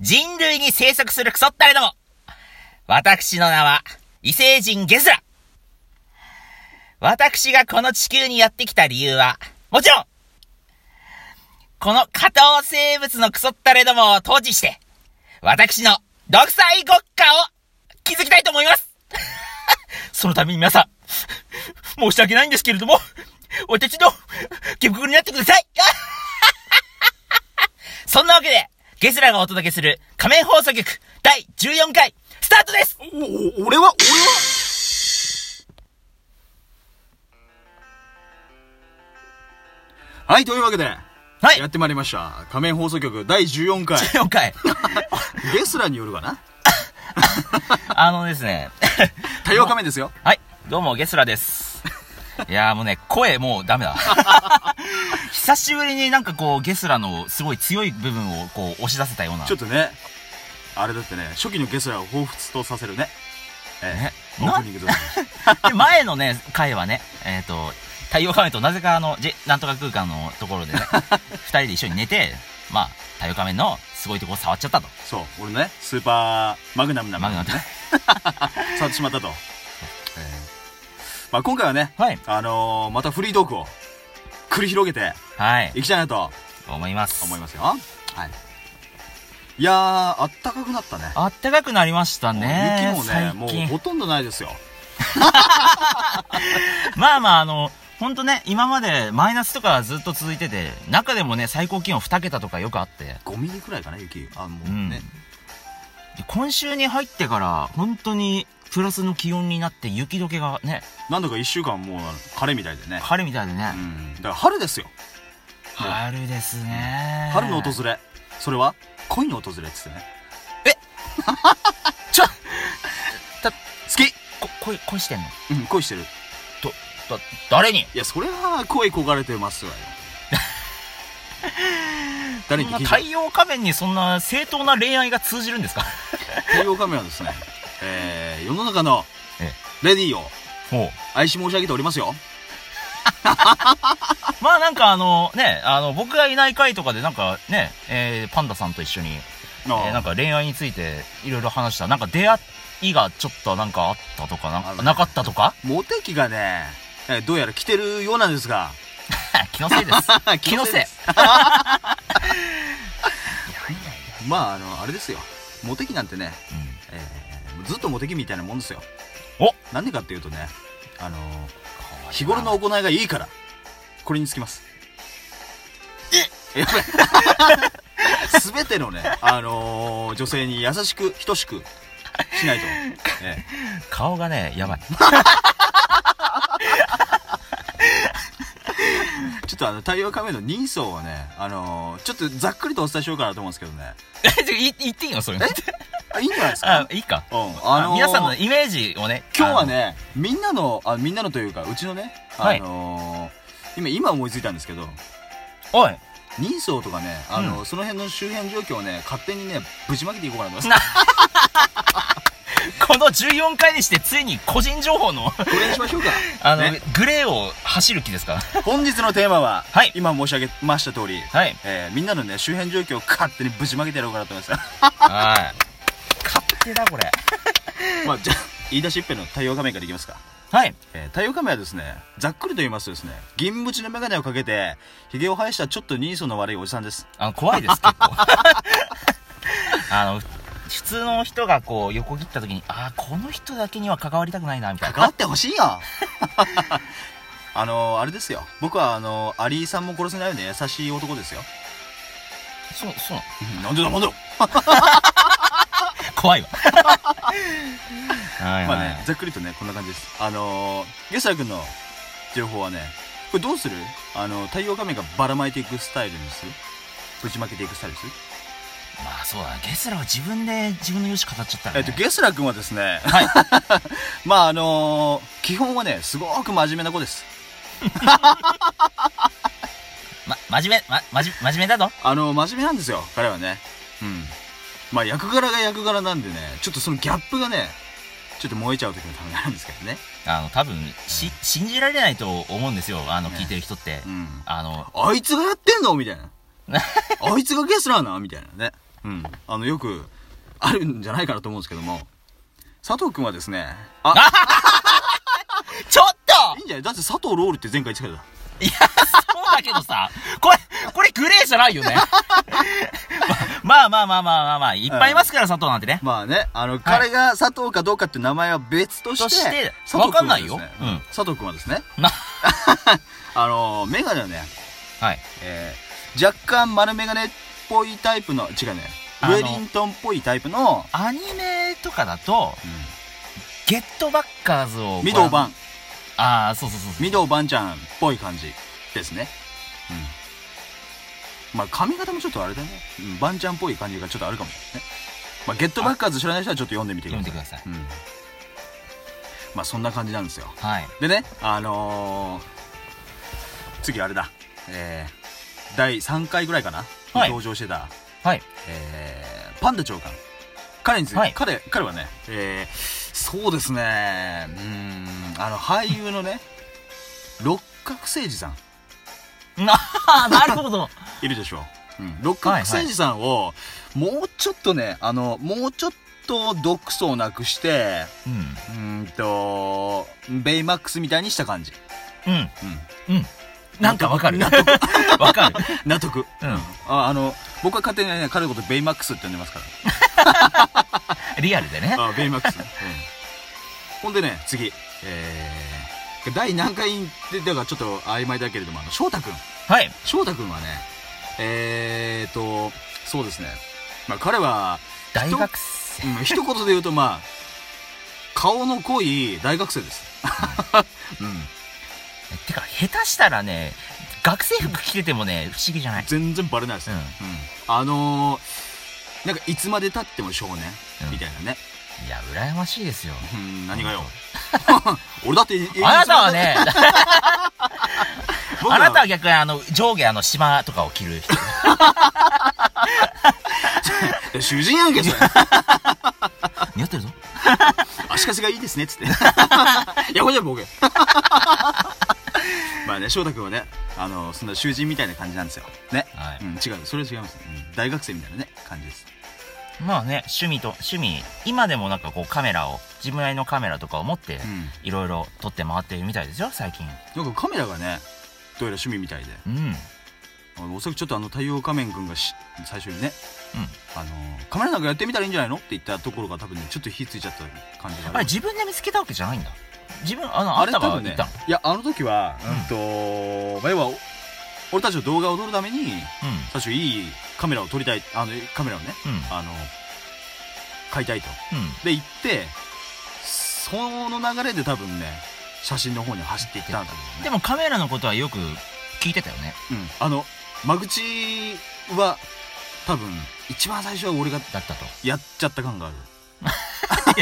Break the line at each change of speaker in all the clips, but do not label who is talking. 人類に生息するクソったれども、私の名は、異星人ゲズラ。私がこの地球にやってきた理由は、もちろん、この下等生物のクソったれどもを統治して、私の独裁国家を築きたいと思います そのために皆さん、申し訳ないんですけれども、私の下僕になってくださいそんなわけで、ゲスラがお届けする仮面放送局第14回、スタートです
お、お俺は、俺ははい、というわけで、
はい
やってまいりました。仮面放送局第14回。
!14 回。
ゲスラによるわな。
あのですね、
多様仮面ですよ。
はい、どうも、ゲスラ です。いやーもうね、声もうダメだ。 久しぶりになんかこう、ゲスラのすごい強い部分をこう、押し出せたような。
ちょっとね、あれだってね、初期のゲスラを彷彿とさせるね。ええ、オ
な
ープニングでございます
で前のね、回はね、えっ、と、太陽仮面となぜかあの、じなんとか空間のとこ ろでね、二人で一緒に寝て、まあ、太陽仮面のすごいところ触っちゃったと。
そう、俺ね、スーパーマグナムな
マグナム
ね、触ってしまったと。ええまあ今回はね、
はい。
あのー、またフリートークを繰り広げて
はい。
いきたいなと
思います。
思いますよ。はい。いやー、あったかくなったね。
あったかくなりましたね。
雪もね、も
最
う
近
ほとんどないですよ。
まあまあ、あの、ほんとね、今までマイナスとかずっと続いてて、中でもね、最高気温2桁とかよくあって、
5ミリくらいかな、雪。あ、もう
うん
ね。
で今週に入ってから、本当に、プラスの気温になって雪解けがね、
なんだか1週間もう晴れみたいでね。
春みたいでね
う。ん。だから春ですよ。
春ですね。
春の訪れ。それは恋の訪れっつってね。
え
ちょた、好き
こ恋恋してんの
うん、恋してる。
だ誰に
いや、それは声焦がれてますわ よ。誰に
そん
聞い
な
た
太陽仮面にそんな正当な恋愛が通じるん ですか
太陽カメラですね、えー、世の中の
え
レディーを
も
愛し申し上げておりますよ。
うまあなんかあのねあの僕がいない回とかでなんかね、えーパンダさんと一緒に、えーなんか恋愛についていろいろ話したなんか出会いがちょっとなんかあったとかなん
あ
か
るね
なかったとか
モテ期がね、えーどうやら来てるようなんですが。
気のせい です 気のせい
ですまあ、あの、あれですよ。モテ期なんてね、
うん
えーずっとモテ期みたいなもんですよ。
お
なんでかっていうとね、あの日頃の行いがいいから、これにつきます。えや べすべてのね、あのー女性に優しく、等しくしないと。ええ
顔がねやばい
ちょっとあの、太陽仮面の人相をね、あのーちょっとざっくりとお伝えしようかなと思うんですけどね。
え ちょい言っていいのそれ
えあ、いいんじゃないです
あ
か
いいか、
うん。
あ
あのー
皆さんのイメージをね
今日はね、みんなの、あみんなのというか、うちのね、あのー今、今思いついたんですけど、
あのおい
人相とかね、あのー
う
その辺の周辺状況をね、勝手にね、ぶちまけていこうかなと思います。
この14回にしてついに個人情報の
これにしましょうか
あの、
ね
グレーを走る気ですから
本日のテーマは、
はい
今申し上げました通り、
はい。
えーみんなのね周辺状況を勝手にぶちまけてやろうかなと思います
はい。勝手だ、これ。
まあじゃあ言い出しっぺの太陽仮面からいきますか、
はい。
えー太陽仮面はですねざっくりと言いますとですね銀縁の眼鏡をかけてひげを生やしたちょっと人相の悪いおじさんです
あの、怖いです、結構。 あの、普通の人がこう、横切った時に、ああ、この人だけには関わりたくないな、みたい
関わ
な
っ。てほし いよあのー、あれですよ僕はあのー、アリーさんも殺せないような優しい男ですよ
そう、そうなの。
なんでだなんでだ
怖いわ。はい、
まあ
はい
ね、ざっくりとね、こんな感じです。あのー、ゲスラ君の情報はね、これどうするあの、太陽仮面がばらまいていくスタイルにするぶちまけていくスタイルにする
まあ、そうだ。ゲスラは自分で自分の容姿語っちゃった
え
ら、
っと、
ね。
ゲスラ君はですね、
はい。
まああのー、基本はね、すごく真面目な子です。
ま、真面目、ま、まじ、真面目だぞ。
あのー、真面目なんですよ、彼はね。うん。まあ役柄が役柄なんでね、ちょっとそのギャップがね、ちょっと燃えちゃう時のためなんですけどね。
あの、多分、し、信じられないと思うんですよ。あの、
ね
聞いてる人って。
うん。
あの、
あいつがやってんのみたいな。あいつがゲスラーなみたいなね。うん。あの、よく、あるんじゃないかなと思うんですけども、佐藤くんはですね、
あ
あ、
ちょっと
いいんじゃないだって佐藤ロールって前回言ってた
いや、そうだけどさ、これ、これグレーじゃないよ ね。まあまあまあまあまあまあ、いっぱいいますから、佐藤なんてね。
まあね、あの、彼が佐藤かどうかっていう名前は別として、
として
佐藤
わか
く
ん
は
な
で
い
す
よ
ね、
うん
佐藤くんはですね、
な、
あの、メガネをね、
はい。
えー若干丸メガネっぽいタイプの、違うね、ウ
あの
ェリントンっぽいタイプの、
アニメとかだと、ゲットバッカーズを。
ミド
ン。
バン、
ああ、そうそうそうそう。
ミドバンちゃんっぽい感じですね。うん。まあ髪型もちょっとあれだね。うん、バンちゃんっぽい感じがちょっとあるかもしれないね。まあゲットバッカーズ知らない人はちょっと読んでみてくだ
読
さ
んでください。
い。うん。まあそんな感じなんですよ。
はい。
でね、あのー、次あれだ。えー、第3回ぐらいかな、
はい
登場してた、
はい。
えー、パンダ長官。彼について、
はい
彼、彼はね、えー、そうですね、うーん、あの、俳優 のね、六角誠治さん、
な、 なるほど。
いるでしょう。うん、六角誠治さんを、もうちょっとね、あの、もうちょっと毒素をなくして、
うん。
うーんと、ベイマックスみたいにした感じ。
うん。
うん。
うん。なんかわかる。
納
わかる。
納得。
うん。
ああの、僕は勝手にね、彼のことベイマックスって呼んでますか
リアルでね。
ら。あベイマッ クス。うんほんでね、次。えー、第何回で、だからちょっと曖昧だけれども、あの、翔太くん。
はい。
翔太くんはね、えーと、そうですね。まあ彼は、
大学生。
うん、一言で言うとまあ、顔の濃い大学生です。 うん。
てか、下手したらね、学生服着ててもね、不思議じゃない。
全然バレないですね、うんあのー、なんかいつまで経っても少年、
うん
みたいなね。
いや、羨ましいですよ。
うん、何がよ。俺だって、
あなたはね、
僕
あなたは逆にあの、上下あの、島とかを着る人。
いや主人やんけ、それ。
似合ってるぞ。
足かしがいいですね、 つって。いや、ほじゃ僕。 まあね、翔太君はね、あの、そんな囚人みたいな感じなんですよ。ね。
は
うん、違う。それは違います、うん大学生みたいなね、感じです。
い。まあね、趣味と、趣味、今でもなんかこうカメラを、自分なりのカメラとかを持って
う、ん。
いろいろ撮って回ってるみたいですよ、最近。
なんかカメラがね、どうやら趣味みたいで。
うん。
あのおそらくちょっとあの、太陽仮面君がし最初にね、あの、カメラなんかやってみたらいいんじゃないのって言ったところが多分ね、ちょっと火ついちゃった感じが
う
あ
ん。あ
る
れ、自分で見つけたわけじゃないんだ。自分、あの、
あ
あ
れ
な
多
たが
分
言
ね
ったの。、
いや、あの時は、うんと、まあ、要は、俺たちの動画を撮るために、最初いいカメラを撮りたい、あの、カメラをね、
うん。うん。
あの、買いたいと。
うん。
で、行って、その流れで多分ね、写真の方に走っていったんだけ
で
どね。
もカメラのことはよく聞いてたよね。
うん。あの、間口は、多分、一番最初は俺が
だったと。
やっちゃった感がある。
い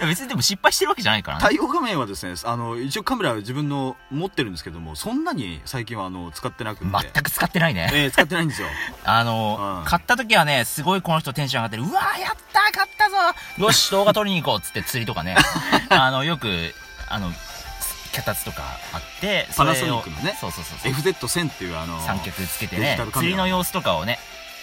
や別にでも失敗してるわけじゃないからね。
太陽画面はですね、あの、一応カメラは自分の持ってるんですけども、そんなに最近はあの、使ってなくて。
全く使ってないね。
えー使ってないんですよ。
あの、
うん
買った時はね、すごいこの人テンション上がってる。うわーやったー買ったぞーよし、動画撮りに行こうっつって釣りと かね。あの、よく、あの、脚立とかあって、それを
パナソニックのね
そうそう そうそう。
FZ1000 っていうあの、
三脚つけて
デジ
ね
タル、カメ
釣
ラ
りの様子とかをね、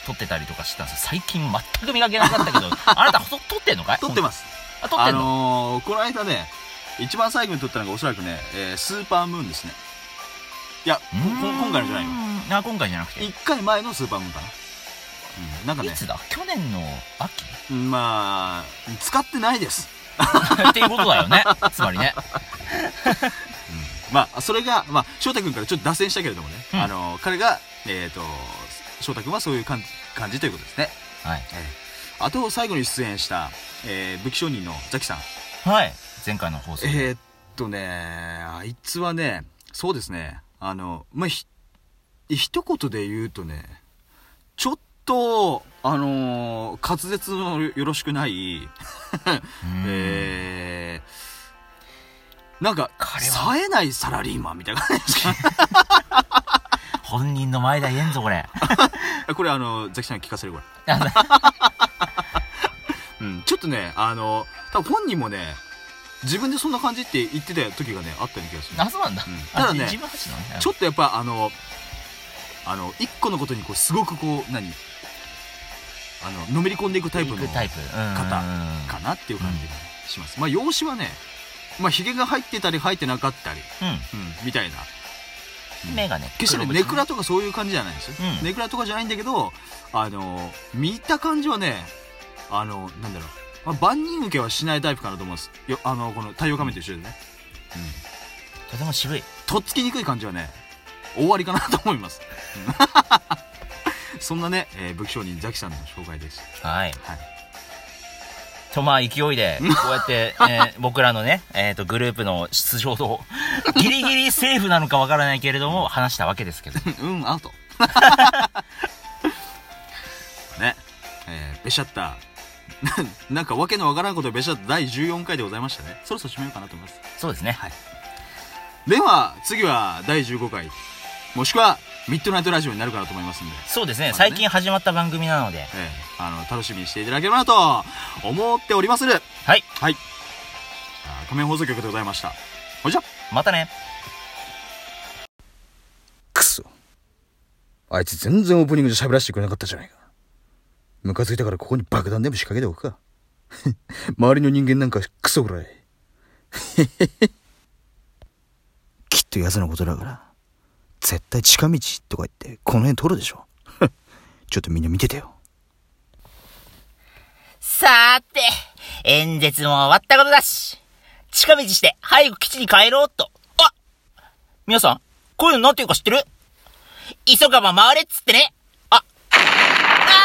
撮ってたりとかしてたんですよ。最近全く見かけなかったけど、 あなたほ撮ってんのかい。
撮ってますす。
あ、撮っ
あ
てんの
のー、この間ね、一番最後に撮ったのがおそらくね、えースーパームーンですね。いや、こ
うーん
こ今回のじゃないよ。
あ、今回じゃなくて。い
一回前のスーパームーンかな。うん、なんかね、
つだ去年の秋
まあ、使ってないです。
っていうことだよね。つまりね。
まあ、それが、まあ、翔太くんからちょっと脱線したけれどもね、
うん
あのー、彼が、えっ、と、翔太くんはそういう感じ、感じということですね。
はい。
あと、最後に出演した、えー武器商人のザキさん。
はい。前回の放送。
えー、っとね、あいつはね、そうですね、あの、まあ、ひ、一言で言うとね、ちょっと、あのー滑舌のよろしくない、
うーん
えー、なんか、
彼は
冴えないサラリーマンみたいな感
本人の前で言えんぞ、これ。
じ。これ、あの、ザキさんに聞かせるこ れ。
あの
うん、ちょっとね、あの、多分本人もね、自分でそんな感じって言ってた時がね、あったような気がする。
あ、そうなんだ
うん。
あ
ただね
じ自分発信なのね。
ちょっとやっぱあの、あの、一個のことにこう、すごくこう、何あののめり込んでいくタイプの
行くタイプ。うん
方
うん
かなっていう感じがします、まあ容姿はねまあひげが入ってたり入ってなかったり、
う。
うん、みたいなん
目がね。
決してね
黒縁
ネクラとかそういう感じじゃないんですよ、
うん
ネクラとかじゃないんだけどあの見た感じはねあのなんだろう、まあ、万人受けはしないタイプかなと思いますよあのこの太陽仮面と一緒でね、うん、
とても渋い。
とっつきにくい感じはね終わりかなと思います うんそんなね、えー武器商人ザキさんの紹介です
はい。
はい
とまあ勢いで、こうやって、えー僕らのね、えっ、と、グループの出場を、 ギリギリセーフなのかわからないけれども、話したわけですけど。
うん、アウト。 ね。えー、べしゃった。 ななんかわけのわからんことをべしゃった第14回でございましたね。そろそろ締めようかなと思います。
そうですね。
では、次は第15回。もしくは、ミッドナイトラジオになるかなと思いますんで。
そうですね。
まあね
最近始まった番組なので。
えー、あの、楽しみにしていただければなと思っておりまする。
はい。
はい。あー仮面放送局でございました。ほいじゃ。
またね。
くそ。あいつ全然オープニングで喋らせてくれなかったじゃないか。ムカついたからここに爆弾でも仕掛けておくか。 周りの人間なんかクソぐらい。 きっと奴のことだから、絶対近道とか言ってこの辺通るでしょ。 ちょっとみんな見ててよ。
さーて、演説も終わったことだし、近道して早く基地に帰ろうっと。あ皆さん、こういうのなんていうか知ってる急がば回れっつってね。あ、あ